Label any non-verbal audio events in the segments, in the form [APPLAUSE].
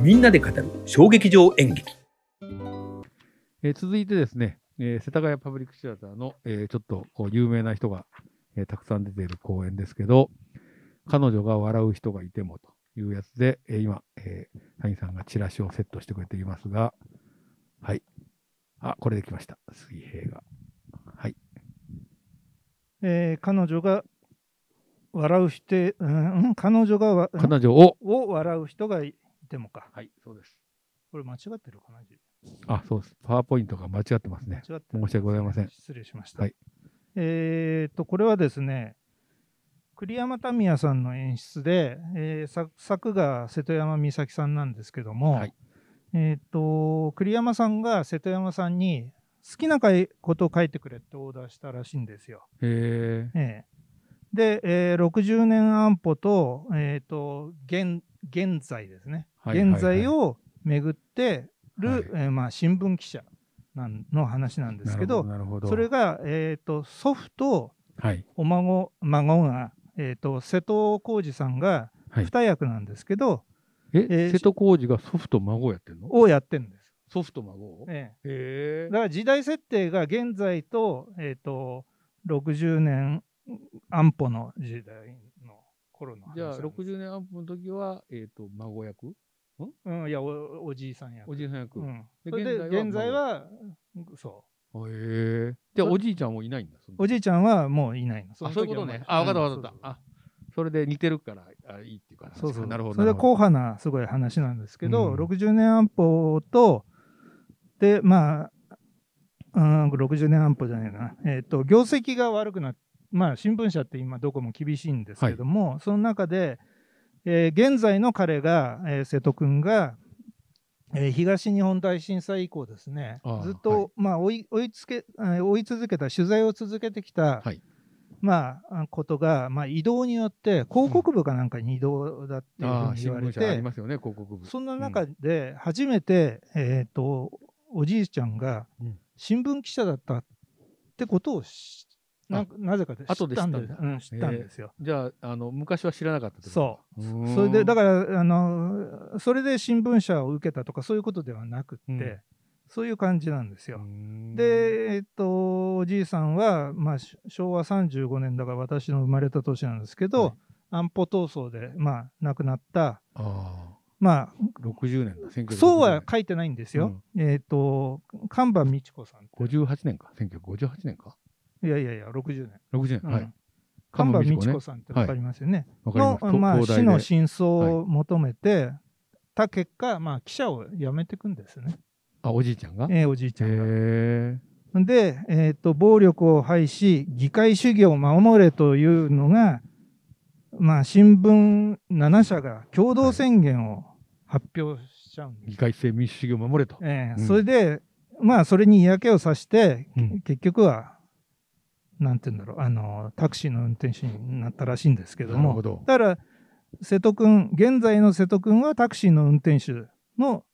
みんなで語る小劇場演劇えー続いてですね、えー世田谷パブリックシアターの、えーちょっとこう有名な人が、えーたくさん出ている公演ですけど、彼女が笑う人がいてもというやつで、えー今、えー、谷さんがチラシをセットしてくれていますが、はい。あ、これできました。水平が。はい。えー彼女が笑うして、うん、うん彼女がわ彼女を、を笑う人がいてもか。はい、そうです。これ間違ってるかな字あ、そうです。パワーポイントが間違ってますね。間違って申し訳ございません失礼しました。はいえーと、これはですね、栗山民也さんの演出で、えー作作が瀬戸山美咲さんなんですけども、はいえーと、栗山さんが瀬戸山さんに好きなかいことを書いてくれってオーダーしたらしいんですよ。えええで、えー60年安保と,、えー、と現現在ですね、はいはいはい現在を巡ってる、はいえーまあ、新聞記者なんの話なんー、ですけどなるほど。なそれるほが、えー、と祖父とどはい。お孫孫が、えー、と瀬戸康史さんがはい二役なんですけど、え、えー瀬戸康史が祖父と孫をやってるのをやってるんです。祖父と孫をええへえだから時代設定が現在と,、えー、と60年安保の時代の頃の話なんじゃあ、です60年アップの時は、えっ、と、孫役うん、いやお、おじいさんや。おじいさん役。うへん。でそれで、現現在在は、そえじゃあ、おじいちゃんもいないんだ。そのう。おじいちゃんはもういないの。あ、そういうことね。そのあ、時わかはったもわうかった。あ、それで似てるから、あいいっていうか。そうそうそうそう。なるほど。それで、硬こ派な、すごい話なんですけど、うん60年安保と、で、まあ、うん、60年安保じゃないかな。えっ、と、業績が悪くなっまあ、新聞社って今どこも厳しいんですけども、その中で、えー現在の彼が、えー瀬戸君が、えー東日本大震災以降ですねあーずっはいと、まあ、追い追いつけえー追い続けた取材を続けてきた、はいまあ、あことが、まあ、移動によって広告部かなんかに移動だっていうふうあに新言われ聞社あてり、ますよね、広告部。そんな中で初めて、えー、とおじいちゃんがうん新聞記者だったってことをしななぜかで知後でったんで知ったんだうん知ったんですよ。じゃあ、あの、昔は知らなかったってことそううーんそれでだからあのそれで新聞社を受けたとかそういうことではなくっうて、んそういう感じなんですよ。うーんで、えっと、おじいさんは、まあ、し昭和35年だから私の生まれた年なんですけど、はい安保闘争で、まあ、亡くなった、あまあ、60年だ、1960あ、年。そうは書いてないんですよ。えっと、神場美智子さんって。 58年か、1958年か。いやいやいや、60年。 60年。うんはい。神場美神智場子美さんってわかりますよね。わかります。の、まあ、東死東大ので真相を求めて、た結果、まあ、記者を辞めていくんですね。あ、おじいちゃんがええおじいちゃんが。へえ。で、えー、と暴力を廃し議会主義を守れというのが、まあ、新聞7社が共同宣言を発表しちゃうんです、議会制民主主義を守れと。ええうんそれで、まあ、それに嫌気をさして、うん結局はなんて言うんだろうあのタクシーの運転手になったらしいんですけどなるもほど。だから瀬戸君現在の瀬戸君はタクシーの運転手の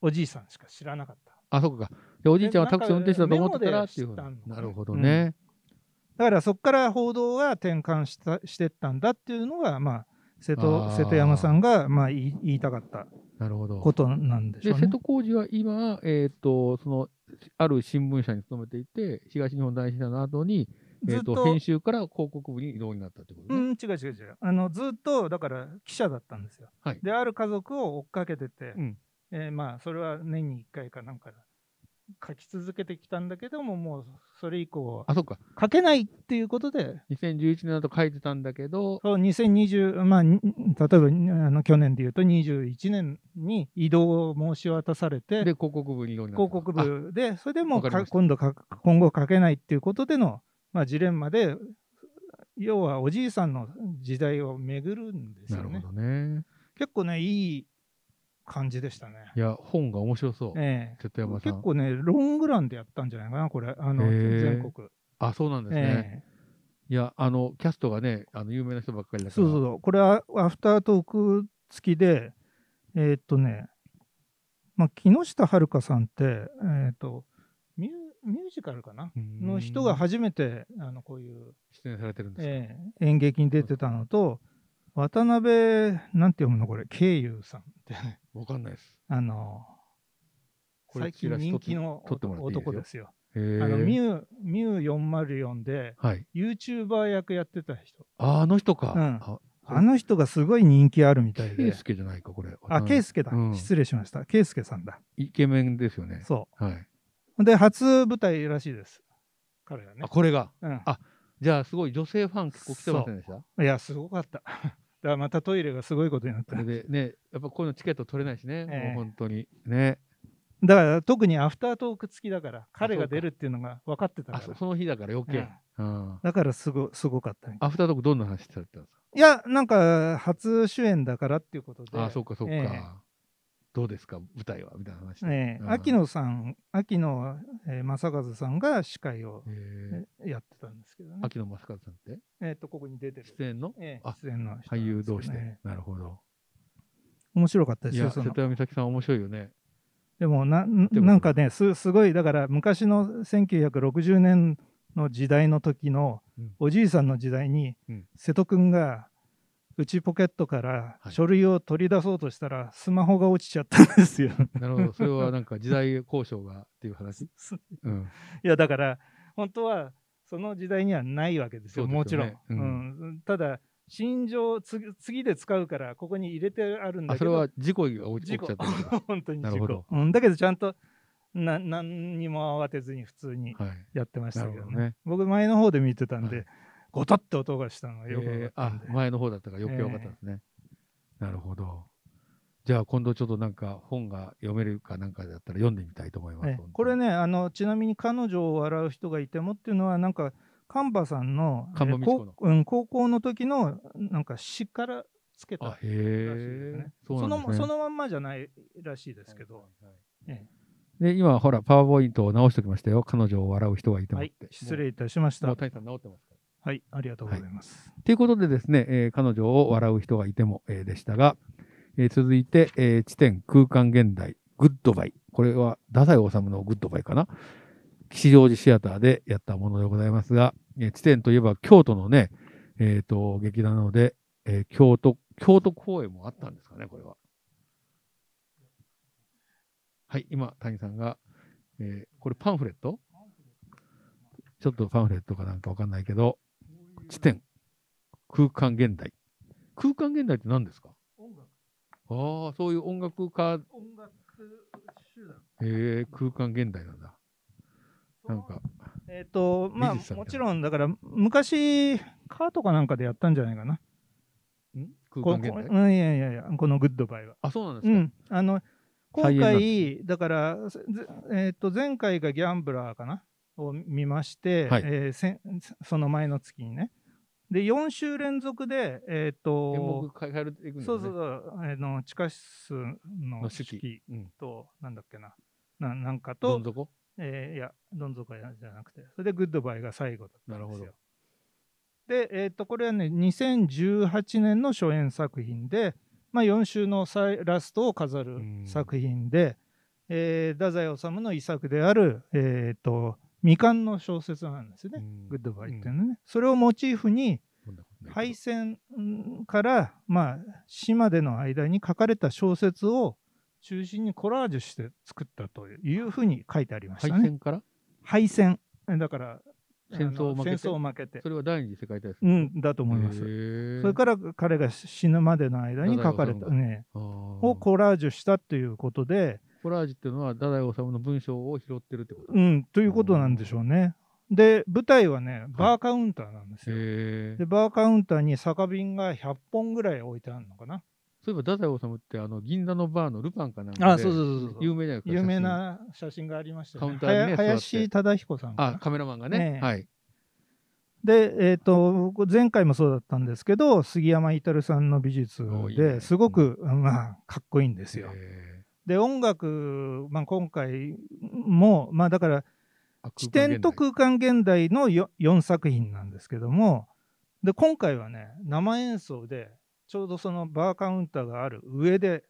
おじいさんしか知らなかった。あ、そうか。で、おじいちゃんはタクシーの運転手だと思ってたらっていうふうメモで知ったに。のなるほどね。だからそこから報道が転換したしてったんだっていうのが、まあ、瀬あ戸ー瀬戸山さんが、まあ、言い言いたかったなるほこど。となんでしで、ょうね瀬。戸康史は今、えっと、その、ある新聞社に勤めていて、東日本大震災の後に、えずっっと、と、編集から広告部に移動になったってことうね。ん、違う違う違うあの。ずっとだから記者だったんですよ。はいである家族を追っかけてて、うんえーまあ、それは年に1回かなんか書き続けてきたんだけどももうそれ以降はあ、そうか。書けないっていうことで2011年だと書いてたんだけど、そう2020、まあ、に例えばにあの去年で言うと21年に移動を申し渡されてで、広告部に移動になった。広告部で、それでもわうかりかました今度か、今後書けないっていうことでの、まあ、ジレンマで、要はおじいさんの時代を巡るんですなよるね。ほどね。結構ね、いい感じでしたね。いや、本が面白そう。ええ瀬戸山さ結ん。構ね、ロングランでやったんじゃないかな、これ、あのへえ全国、あ、そうなんですね。ええいや、あの、キャストがね、あの、有名な人ばっかりだかそら。うそうそう、これはアフタートーク付きで、えーっとね、まあ、木下遥さんって、えーっとミュ、ミュージカルかな、うーんの人が初めてあのこういう出演されてるんですよええ演劇に出てたのと、渡辺、なんて読むのこれ、慶友さんって、 [LAUGHS] わかんないです。あの、これ最近人気のチラシ取って取ってもらっていいですよ男ですよ。へあえの、ミュウ、ミュー404で、はい。 YouTuber 役やってた人。あ、あの人か。うんああの人がすごい人気あるみたいケイでス。ケじゃないか、これ。あ、ケイスケだう。ん失礼しました。ケイスケさんだ。イケメンですよね。そはい。う。で、初舞台らしいです。彼はねあ、。これが。うんじゃあ、すごい女性ファン結構来てませんでしたいや、すごかった。だ [LAUGHS] からまたトイレがすごいことになったそ。れでね、やっぱこういうのチケット取れないしね、ええもう本当に。ね。だから特にアフタートーク付きだから、彼が出るっていうのが分かってたあ、かそら。その日だから余計。うん。だからすごすごかったみたい。アフタートークどんな話されてたんですいや、なんか初主演だからっていうことで。かあ、そうかそうか。ええどうですか、舞台はみたいな話。ええうん秋野さん、秋野、えー正和さんが司会をえええやってたんですけどね。秋野正和さんってえっ、と、ここに出てる。出演のええあ出演の人なんですけ俳どね優同士で。なるほど。面白かったでいすや、よ、瀬その戸山美咲さん面白いよね。でもなことなんかねすすごいだから昔の1960年の時代の時のうんおじいさんの時代に、うん瀬戸君が内ポケットからはい書類を取り出そうとしたらスマホが落ちちゃったんで [LAUGHS] すよ。 [LAUGHS] なるほど。それはなんか時代交渉がっていう話。うん。いやだから本当はその時代にはないわけですよそうもですちよろねん。うんただ心情次次で使うからここに入れてあるんだあ、けそれどは事故が起き事起き故ちゃったか [LAUGHS] 本当にな事るほど故、うん。だけどちゃんとな何にも慌てずに普通にら。はい。やってましたけどなるねほどね僕前の方で見てたんで、はいゴタッて音がしたのがよくえ分ーかったんあで、前の方だったから余計分かったんですね。なるほど。じゃあ今度ちょっとなんか本が読めるかなんかだったら読んでみたいと思います。ええ本当にこれねあのちなみに彼女を笑う人がいてもっていうのはなんか神馬さんの神馬美智子のえーこううん、高校の時のなんか詩からつけたあらしいへですえね。そうそなんですのね。そのまんまじゃないらしいですけど、えで今ほらパワーポイントを直しておきましたよ。彼女を笑う人がいてえもっはてい。、失礼いたしましもう。もたう。谷さん直ってますから。はい、ありがとうございます。ということでですね、えー彼女を笑う人がいても、えーでしたが、えー続いて、えー地点空間現代グッドバイ。これは、太宰治のグッドバイかな。吉祥寺シアターでやったものでございますが、えー地点といえば京都のね、えっ、と、劇団なので、えー京都、京都公演もあったんですかね、これは。はい、今、谷さんが、えーこれパンフレットちょっとパンフレットかなんかわかんないけど、地点、空間現代。空間現代って何ですか音楽ああ、そういう音楽家、音楽集団えー、空間現代なんだ。なんか、えっ、と、ま美術さあ、んみもたいちなろん、だから、昔、カートかなんかでやったんじゃないかな。空間こ現こ代うんいやいやいや、このグッドバイは。あ、そうなんでうすか。ん。あの、今再演なんで回、だから、ぜえっ、と、前回がギャンブラーかなを見まして、はいえーせんその前の月にね。で、4週連続で、え演っ、と目、変え変えていくんですね。そうそうそう、あの、地下室のの手記式うん。と、なんだっけな、ななんかどとん、底えーいや、どん底やじゃなくて、それでグッドバイが最後だったんですよ。なるほどで、えっとこれはね、2018年の初演作品で、まあ、4週のさいラストを飾るうん作品で、えー太宰治の遺作である、えっと未完の小説なんですよね、グッドバイっていうのね。それをモチーフに、敗い。戦から、まあ、死までの間に書かれた小説を中心にコラージュして作ったというふうに書いてありまし敗たね。戦から敗戦えだから戦争を負けてあの戦争を負けてそれは第二次世界大戦。うへんだとー、思います、そそれから彼が死ぬまでの間に書かれ太宰た、治がね、ら、ををココラージュしたということで、ラージュっていうのは、太宰治の文章を拾ってるってことうへん、ということなんでしょうねで舞台はねバーカウンターなんですよ、えでバーカウンターに酒瓶が100本ぐらい置いてあるのかなそういえば、太宰治って、あの、銀座のバーのルパンかなんかで、あそうそうそうそう有名じゃないですか有名な写真がありましたよカウねンターにねはや林忠彦さんかなあ、カメラマンがね。ええはい。で、えー、と前回もそうだったんですけど杉山至さんの美術おいいねですごく、まあ、かっこいいんですよ。えで音楽、まあ、今回も、まあ、だからーあ「地点と空間現代」の 4, 作品なんですけどもで今回はね生演奏でちょうどそのバーカウンターがある上で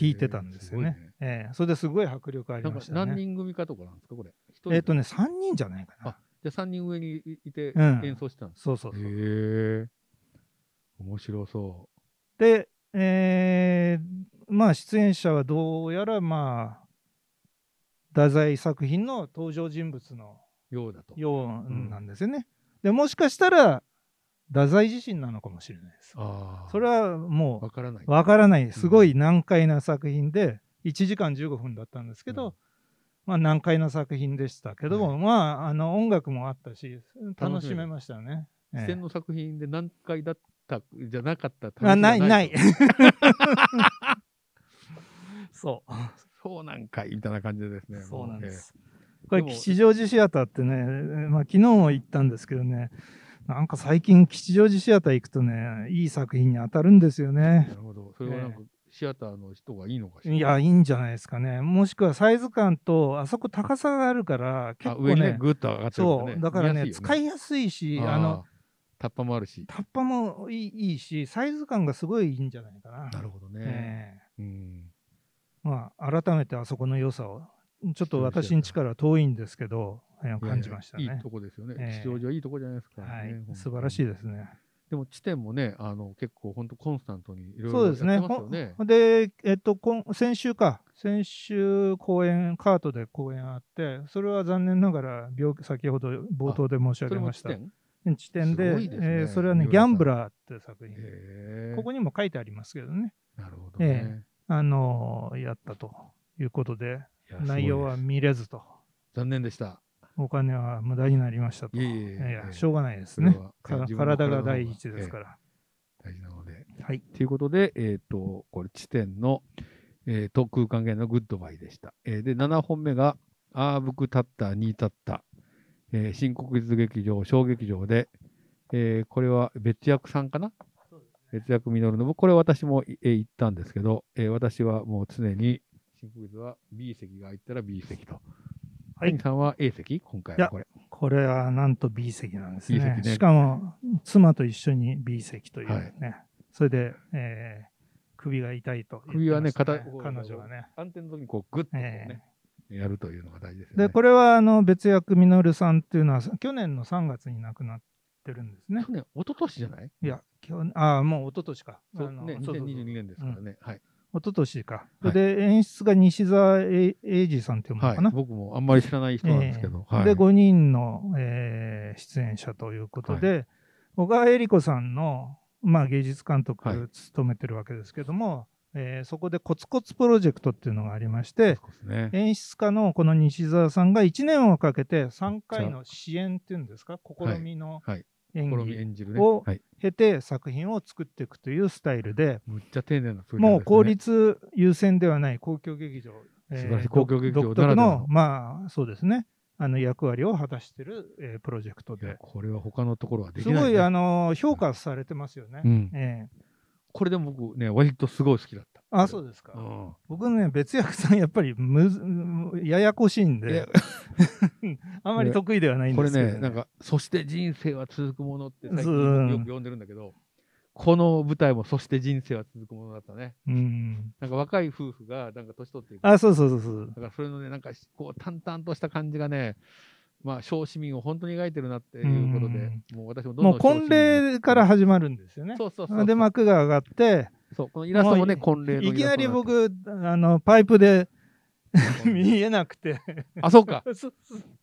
弾いてたんですよね。。ええそれですごい迫力あえーすごいねなんかりました何ね。人組かとかなんですか、これ。一人えっ、とね3人じゃないかな。あじゃあ3人上にいいてうん演奏してたんですそうそうか。そうへえ。面白そで、えーまあ、出演者はどうやら、まあ、太宰作品の登場人物のう。ようだと。ようなんですよね。でもしかしたら太宰自身なのかもしれないです。ああ。それはもわからない。うわからないすごい難解な作品で1時間15分だったんですけど、うんまあ、難解な作品でしたけども、まああの音楽もあったし楽楽しめるしめましたよね。え視え線の作品で何回だったじゃなかった。あないない。[LAUGHS] そうそうなんかいみたいな感じでですね。そうなんでもす。これでも吉祥寺シアターってね、まあ、昨日も行ったんですけどねなんか最近吉祥寺シアター行くとねいい作品に当たるんですよう。ええねな。るほど。それはなんかシアターの人がいいのかしら。いやいいんじゃないですかね。もしくはサイズ感とあそこ高さがあるから結あ構上にねねグッと上がってるそうだからね使いいやすいしよあのタッパもあるし。タッパもいいいいしサイズ感がすごいいいんじゃないかな。なるほどね。ええうん。まあ改めてあそこの良さをちょっと私んちから遠いんですけど、ええ感じましたね。いやいやいいとこですよねええ。吉祥寺はいいとこじゃないですかね。本当はい、に素晴らしいですね。でも地点もね、あの結構本当コンスタントにいろいろそうやっでてすね。ますほよね。んで、えっと、こん先週か、先週公演、カートで公演あって、それは残念ながら病気、先ほど冒頭で申し上そげれもま地した。点地点ですごいですねえーそれはね、三浦さんギャンブラーって作品、へえここにも書いてありますけどね、なるほどね。あのーやったということで、いや内容すごいはです見れずと、残念でした。お金は無駄になりましたと。いえいえいえやしょうがないですそれはね。えかえ自分の体が第一ですから。大事なので。はい。ということで、えっ、と、これ、地点の、えー、と空間限のグッドバイでした。えーで、7本目が、アーブクタッター、ニータッター、えー新国立劇場、小劇場で、えーこれは別役さんかな別役実るの、これ私も、えー行ったんですけど、えー私はもう常に、新国立は B 席が空いたら B 席と。はい谷さんは A 席今回いはやこれ。これはなんと B 席なんです B ね。席ねしかも、妻と一緒に B 席というね。はいそれで、えー首が痛いと言ってました、首はね片彼女はね。暗転の時にこう、グッとこうね、やるというのが大事ですよね。で、これはあの別役みのるさんっていうのは、去年の3月に亡くなってるんですね去。年、一昨年じゃないいや、去年ああ、もう一昨年か。あそうのね、そうそうそう2022年ですからね。はい。一昨年か。はいで、演出が西澤英英二さんっていうのはいかな。、僕もあんまり知らない人なんですけど、えーはい、で5人の、えー出演者ということで、小川恵理子さんの、まあ、芸術監は督い務めてるわけですけども、えーそこでコツコツプロジェクトっていうのがありましてそうですね、演出家のこの西澤さんが1年をかけて3回の支援っていうんですか試みのはい演コロミ技を演じるね、をはい、経て作品を作っていくというスタイルで、むっちゃ丁寧なプロもう効ですね率優先ではない公共劇場、素晴らしい独公共劇場独な特らではの、まあそうですね、あの役割を果たしている、えープロジェクトいやで、これは他のところはですきない、ね。ごい、あの評価されてますよね。うん、ええこれでも僕ね、割とすごい好きだった。あそうでですか、うん、僕ね、別役さん、やっぱりむずむややこしいんいやで、 [LAUGHS] あまり得意ではないんこれですけど、ね、なんか、そして人生は続くものって最ず近ーんよく読んでるんだけど、この舞台もそして人生は続くものだったね。うん、なんか若い夫婦がなんか年取っていく。あそうそうそうそう、だからそれのね、なんかしこう淡々とした感じがね、まあ、小市民を本当に描いてるなっていうことでうん、もう私もどんもどうん婚礼から始まるんですよね。そうそうそうそう。で、幕が上がって、そう、このイラストもね、もう婚礼のイラスいトきなりんで僕、あのパイプですよ、見えなくて。あ、そうか。 [LAUGHS] そ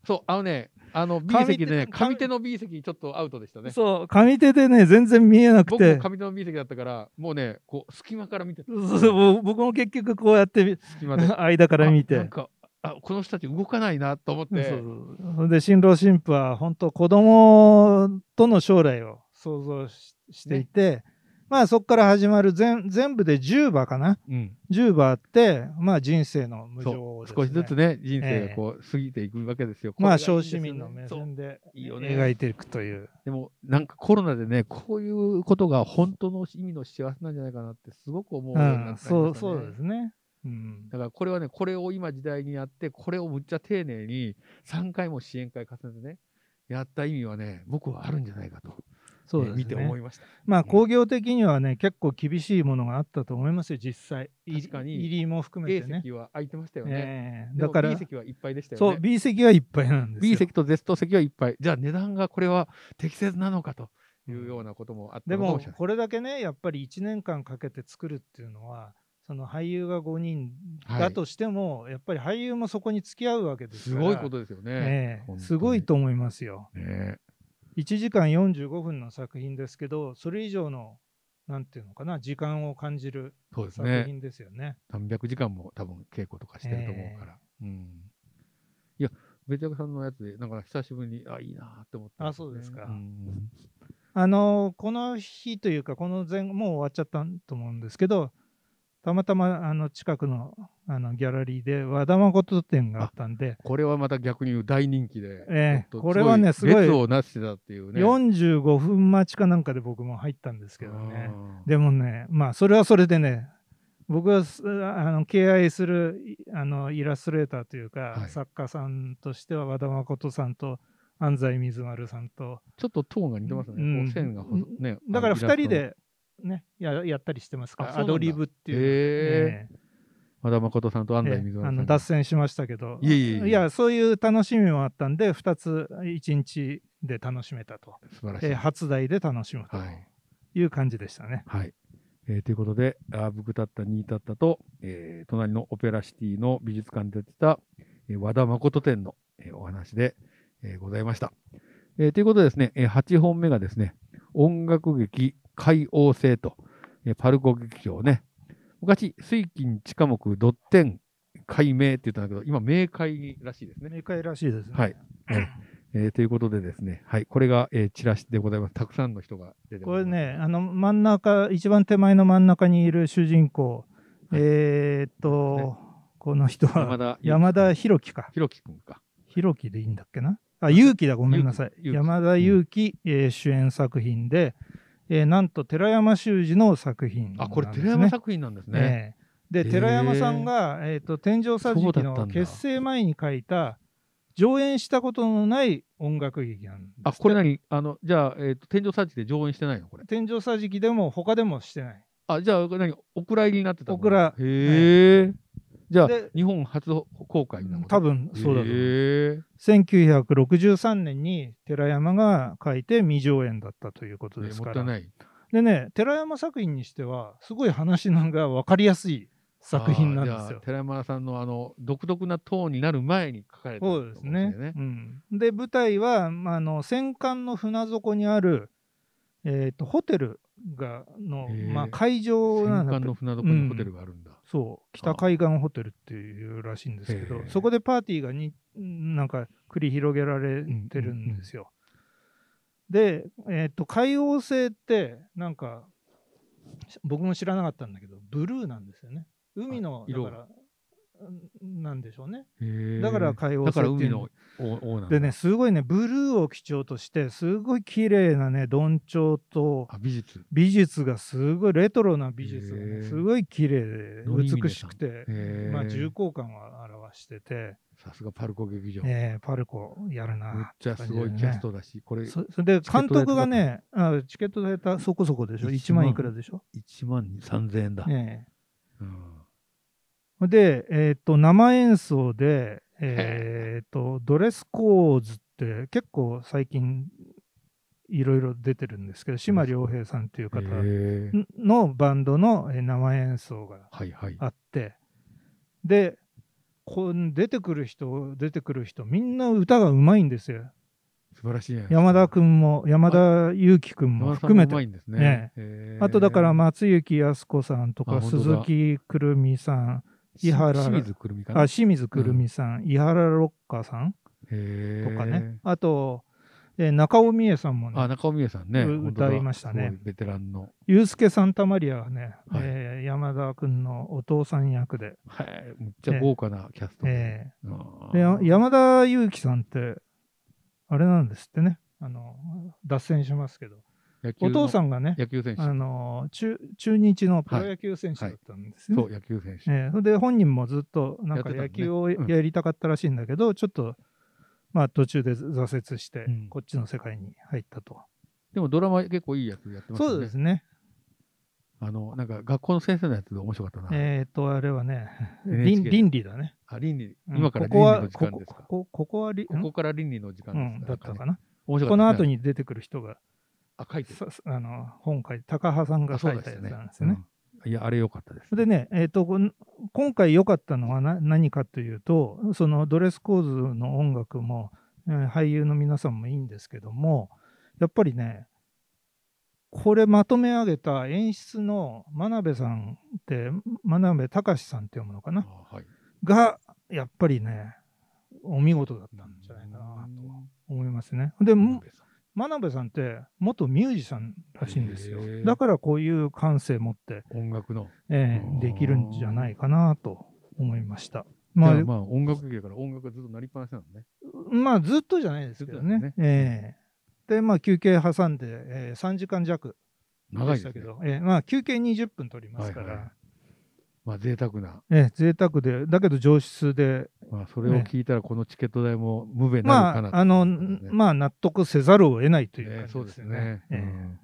そう、あのね、あの B 上手席でね、上手上手の B 席ちょっとアウトでしたね。そう、上手でね、全然見えなく僕もて、上手の B 席だったから、もうね、こう、隙間から見てた、そう僕も結局こうやって、隙 [LAUGHS] 間で。間から見あなんて。か、あ、この人たち動かないなと思っそうて、そうそれで、新郎新婦は本当、子供との将来を想像ししていて、まあそこから始まる全全部で10話かな。うん、 10話あって、まあ人生の無常そをう、ですね、少しずつね、人生がこう、過ぎていくわけですよ。まあこれがいいんで小す市よね民の目そう線でいいよね描いていくという。でもなんかコロナでね、こういうことが本当の意味の幸せなんじゃないかなってすごく思うようになうんったそうそうでですすね。うんだからこれはね、これを今時代にやって、これをむっちゃ丁寧に3回も支援会重ねてね、やった意味はね、僕はあるんじゃないかと、そうえですね見て思いました。まあ工業的にはね、結構厳しいものがあったと思いますよ、実際。入り確かに入りも含め A てね。席は空いてましたよね。ええでだもから B、席はいっぱいでしたよね。そう、B 席はいっぱいなんですよ。 B 席と Z 席はいっぱい。じゃあ値段がこれは適切なのかというようなこともあったでのかももしれない。これだけねやっぱり1年間かけて作るっていうのはその俳優が5人だとしても、やっぱり俳優もそこに付き合うわけですすからごいことですよね。ええ本当にすごいと思いますよ。ね1時間45分の作品ですけどそれ以上のなんていうのかな時間を感じるそうです作ね。品ですよね。 300時間も多分稽古とかしてると思うから。うん。いや、ベテランさんのやつで、なんか久しぶりに、あ、いいなって思った、あそうですかんあのこの日というかこの前後もう終わっちゃったと思うんですけどたまたまあの近くのあのギャラリーで和田誠展があったんで、これはまた逆に言う大人気で。ええちょっとこれはねすごい列をなしてたっていうね。 45分待ちかなんかで僕も入ったんですけどね。でもね、まあ、それはそれでね、僕がすあの敬愛するいあのイラストレーターというか、はい作家さんとしては和田誠さんと安西水丸さんと、ちょっとトーンが似てますね。うんこう線が細ね。だからあのイラス2ト人の。で、ね、ややったりしてますかあら、そうなアんだドリブっていうのは。へえ。ええ和田誠さんと安西水ええあ原さのん。脱線しましたけどいえいえいえやそういう楽しみもあったんで2つ1日で楽しめたと、素晴らしええい。初台で楽しむとはいいう感じでしたね。はい。えーということで、あーブクタッタ、ニータッタと、えー隣のオペラシティの美術館でやってた、えー和田誠展の、えーお話で、えーございました。えーということでですね、え8本目がですね、音楽劇海王星と、えーパルコ劇場ね、昔、水金地下木ドッテン解明って言ったんだけど、今、明解らしいですね。明快らしいですね。はい。えーということでですね、はい、これが、えーチラシでございます。たくさんの人が出ておこりれます。ね、あの真ん中、一番手前の真ん中にいる主人公、はいえーっと、この人山は田、山田弘樹か。ひろきくんか。弘樹でいいんだっけな。あ、勇気だ、ごめんなさい。勇気山田裕貴、えー主演作品で、えーなんと寺山修司の作品なんです、ね。あ、これ寺山作品なんですね。ええで、寺山さんが、えーっと天井桟そう敷だったのんだ結成前に書いた、上演したことのない音楽劇なんですって。あ、これ何あの、じゃあ、えっ、と、天井サーチで上演してないのこれ。天井桟敷でも他でもしてない。あ、じゃあ、これ何お蔵入りになってたのお蔵へえ、じゃあで、日本初公開なの多分そうだと思う。へえ1963年に寺山が書いて未上演だったということえですもかったいら。ない。でね、寺山作品にしては、すごい話のが分かりやすい作品なんあーですじゃよあ。寺山さんのあの、独特なトーンになる前に書かれたそうですね。ってことですうん、で、舞台は、まあ、あの戦艦の船底にある、えー、とホテルがの、へーまあ、会場なん戦だ艦けの船ど、底にホテルがあるんだ。そう、北海岸ホテルっていうらしいんですけへど、ーそこでパーティーがになんか繰り広げられてるんですよ。で、えーっと海王星ってなんかし僕も知らなかったんだけどブルーなんですよね海のあ色だからうんなんでしょうねへえだから海王だ星かっらて海いうの王王なんだでねすごいねブルーを基調としてすごい綺麗なねどんちょうとあ美術。美術がすごいレトロな美術がへねーすごい綺麗乗り入れたで美しくてへーまあ重厚感を表してて、さすがパルコ劇場。えーパルコやるめっなちゃすごいキャストだし、これそそれでチケッ監ト代督がねあチケット代たそこそこでしょ1 1万万いくらでしょ、 1万3000円だ。えうんえで、えー、と生演奏で、えー、とドレスコーズって結構最近いろいろ出てるんですけど島良平さんという方へえのバンドのえー生演奏がはいはい。あってでこう出てくる人出てくる人みんな歌がうまいんですよ素晴らしいね。山田君も山田裕貴君も山田さ含んもめうてまいんですねね。へえあとだから、松雪靖子さんとあか本当だ鈴木くるみさんし井原清水くるみかな。あ清水くるみさん、井原ロッカーさんととかね。あと、えー中尾美恵さんもあ、ね中尾美恵さんね。う本当だ歌いましたね。すごいベテランの。ユースケ・サンタマリアがね、はいえー山田君のお父さん役で、はい。めっちゃ豪華なキャスト。えあーでやー山田裕貴さんってあれなんですってねあの脱線しますけど野球おの父さんがね野球選あ手。の中中日のプロ野球選手だったんですよね、そう、野球選手。ええそれで本人もずっとなんかやっ野てた球のをねうんやりたかったらしいんだけど、ちょっとまあ途中で挫折してうんこっちの世界に入ったと、でもドラマ結構いいやつやってますよね。そうですねあの、なんか学校の先生のやつで面白かったな。えっ、とあれはね NHK 倫倫理だね、あ、倫理。うん今からここ倫理はの時間こですこか。こここはりここから倫理の時間うんですだったかな面白かった。この後に。に出てくる人があ、書いてる。さあの本書いて、高羽さんが書いたやつなんですよね。うんいや、あれ良かったです。でね、えー、とこん今回良かったのはな何かというと、そのドレスコーズの音楽も、えー俳優の皆さんもいいんですけども、やっぱりね、これまとめ上げた演出の真鍋さんって、真鍋隆さんって読むのかな、あはい。が、やっぱりね、お見事だったんじゃないかなと思いますね。で、も鍋さん真鍋さんって元ミュージシャンらしいんですへよー。だからこういう感性持って、音楽の。えあーーできるんじゃないかなと思いました。まあ、まあ、まあ、音楽芸から音楽がずっとなりっぱなしなのね。まあ、ずっとじゃないですけどね。ずっとえーで、まあ、休憩挟んで、えー3時間弱長いででしすたけけど。ど、えーまあ、休憩20分取りますから、はいはいまあ、贅沢な。えー贅沢で、だけど上質で、まあ、それを聞いたら、このチケット代も無べになるかまなあ、とあの、ねまあ、納得せざるを得ないというね感そじうでですすよねね。。えうーん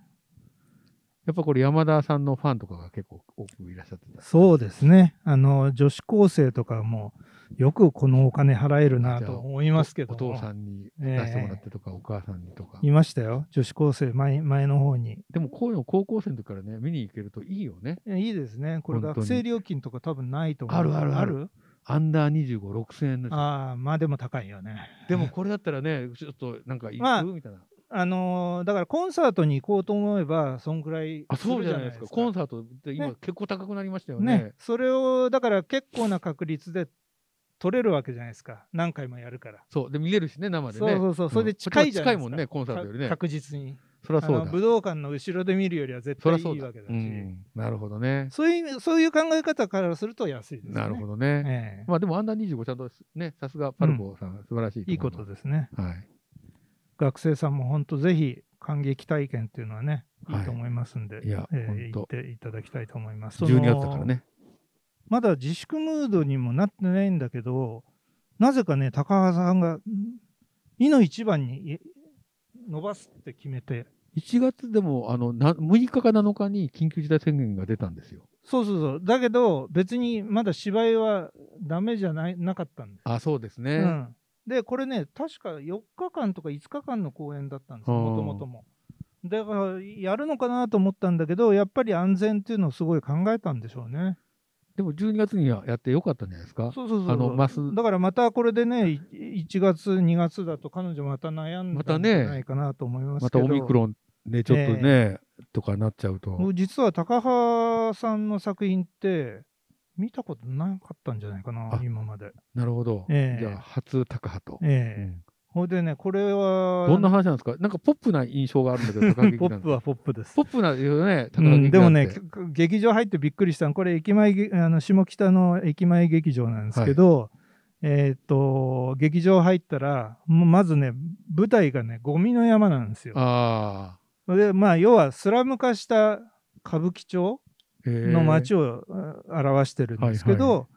やっぱこれ山田さんのファンとかが結構多くいらっしゃってた。そうですね。あの、女子高生とかも、よくこのお金払えるなと思いますけどお父さん。んに出してもらってとか、お母さんにとか。いましたよ。女子高生前、前の方に。でもこういうの高校生の時からね、見に行けるといいよね。いやいいですね。これ本当に学生料金とか多分ないと思う。あるあるあるあるアンダー25、6000円のやああ、まあでも高いよね。つでもこれだったらね、ちょっとなんか行く、まあみたいな。あのーだからコンサートに行こうと思えば、そんぐらいあ、そうじゃないですか。コンササートって今ね結構高くなりましたよねね。それを、だから結構な確率で取れるわけじゃないですか。何回もやるから。そう。で、見れるしね、生でそうね。そうそう。それで近いじゃないでこっちは近すか。いもんねコンサートよりねか確実に。そりゃあそうのだ。武道館の後ろで見るよりは絶そりゃそ対いういだ。わけだし。うん。なるほどね。そういう意味、そういう考え方からすると安いですね。なるほどね。ええまあでもアンダー25ちゃんとね、さすがパルコさん、素晴らしい。いいことでですね。す。はい。学生さんも本当ぜひ感激体験っていうのはね、はいいいと思いますんで、いやえ本ー当行っていただきたいと思います。 12月だそのから。ね。まだ自粛ムードにもなってないんだけど、なぜかね、高橋さんが、んいの一番にい伸ばすって決めて、 1月でも、あの、な6日か7日に緊急事態宣言が出たんですよ。そうそうそう、だけど別にまだ芝居はダメじゃないなかったんです。あ、そうですね。うん、で、これね、確か4日間とか5日間の公演だったんですよ、うんもともとも。だから、やるのかなと思ったんだけど、やっぱり安全っていうのをすごい考えたんでしょうね。でも12月にはやってよかったんじゃないですか。そうそうそうあの、マス、だからまたこれでね、い1月、2月だと彼女また悩んまだたんねじゃないかなと思いますまけたど、オミクロンでちょっとね、とかなっちゃうと。僕実は高羽さんの作品って、見たことなかったんじゃないかあな、今まで。なるほど。ええじゃあ、初高波と。ええうんほいでね、これは、どんな話なんですかなんかポップな印象があるんだけ [LAUGHS] ど、高木劇ポ団ップはポップです。ポップなんですよね、う高木劇団ってん、でもね、く劇場入ってびっくりしたの、これ駅前げ、あの下北の駅前劇場なんですけど、えーっと、劇場入ったら、もうまずね、舞台がね、ゴミの山なんですよ。ああ。で、まあ、要はスラム化した歌舞伎町の街を。をあ表してるんですけど、は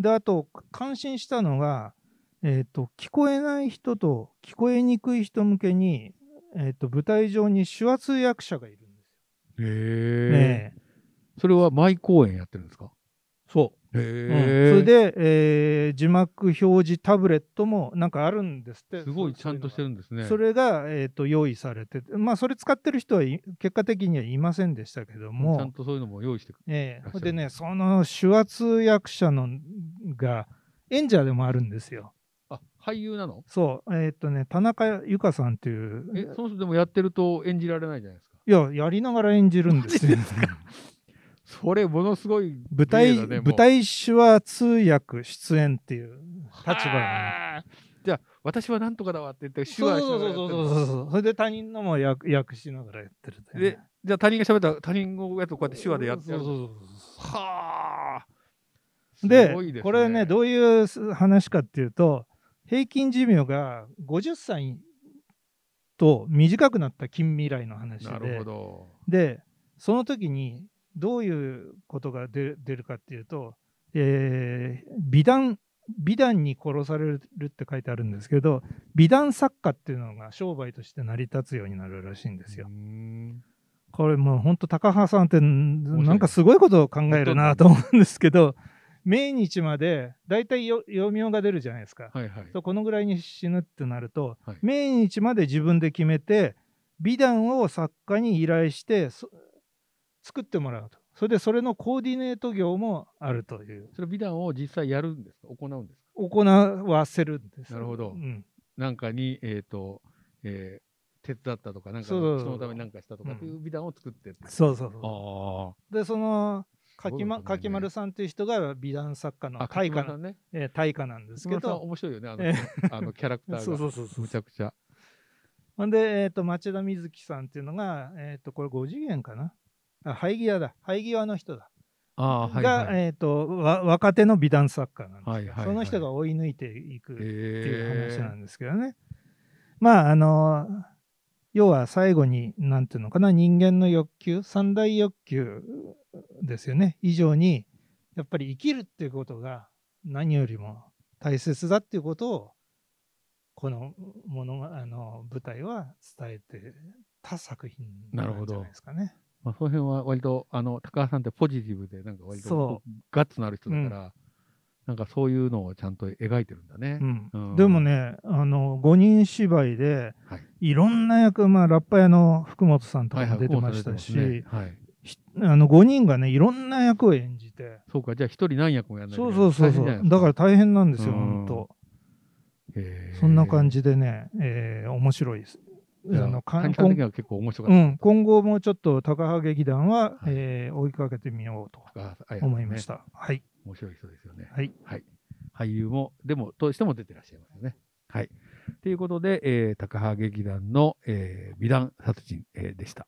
いで、あと、感心したのが、えーっと、聞こえない人と聞こえにくい人向けに、えーっと、舞台上に手話通訳者がいるんですよ。へえええそれは毎公演やってるんですかそうへうんえ、それで、えー字幕表示タブレットもなんかあるんですって。すごいちゃんとしてるるんですね。それが、えー、と用意されてて、まあ、それ使ってる人はい結果的にはいませんでしたけどちゃんも、とそういうのも用意してくえらっしゃるえでね、その手話通訳者のが演者でもあるんですよ。あ、俳優なのそう、えっ、とね、田中由香さんっていえう、、その人でもやってると演じられないじゃないですか。いや、やりながら演じるんですよ。それ、ものすごい舞台、芸だねもう舞台手話通訳出演っていう立場なのはあじゃあ、私はなんとかだわって言って、手そ話うしなそがうらそやっうてるそうそうそう。それで他人のも訳訳しながらやってるんだよね、でじゃあ、他人が喋ったら他人のやつをこうやって手話でやってそるう。そうそうはあ。そうすごいで、ですこれね、どういうす話かっていうと、平均寿命が50歳と短くなった近未来の話で、なるほど。で、その時にどういうことが出出るかっていうと、えー美談、美談に殺されるって書いてあるんですけど、美談作家っていうのが商売として成り立つようになるらしいんですよう。んこれもう本当高橋さんってなんかすごいことを考えるなと思うんですけど命日まで大体よ余命が出るじゃないですか、はいはい。そうこのぐらいに死ぬってなると、はい命日まで自分で決めて美談を作家に依頼してそ作ってもらうと。それでそれのコーディネート業もあるという。それ美談を実際やるんですか行うんです行わせるんです。なるほどうんかなんかに、えっ、と、えー手伝ったとか、なんかそうそうそうそのためになんかしたとかっていう美談を作ってってそうそうそう。あでそのす柿,、ごいことだま、ね柿丸さんという人が美談作家ーあ。の大家さなんね。えー大家なんです柿け村さんど面白いよね、あえのあのキャラクターが。そうそうそうそうむちゃくちゃ。ほんで、えー、と町田瑞希さんっていうのが、えー、とこれ5次元かなあ生え際だ生え際の人だ、ああー、はい、が、はい。えー、とわ若手の美談作家なんですけど、はいはいはいその人が追い抜いていくっていう話なえんですけどね、まああの要は最後に何ていうのかな人間の欲求三大欲求ですよね以上にやっぱり生きるっていうことが何よりも大切だっていうことをこのものがあの舞台は伝えてた作品なんじゃないですかね。ーまあ、その辺は割と、あの、高橋さんってポジティブで、なんか割とそこうガッツのある人だから、なんかそういうのをちゃんと描いてるんだね。うんうんでもねあの5人芝居ではいいろんな役、まあ、ラッパ屋の福本さんとはかいはもい出てましたし、こうされてますねはい。ひあの5人がねいろんな役を演じてそうか、じゃあ一人何役もやんないそうそうそうそうだから大変なんですようん本当らそんな感じ。じでね、えー面白いですああのの、か感んじ的に今は結構面白かうっん、今後もちょっと高羽劇団は、いえー追いかけてみようとた。ああ思いましねた、はい面白い人ですよね。はい俳優も、でも、としても出てらっしゃいますよね。はい。ということで、えー、高羽劇団の、えー美談殺人、えーでした。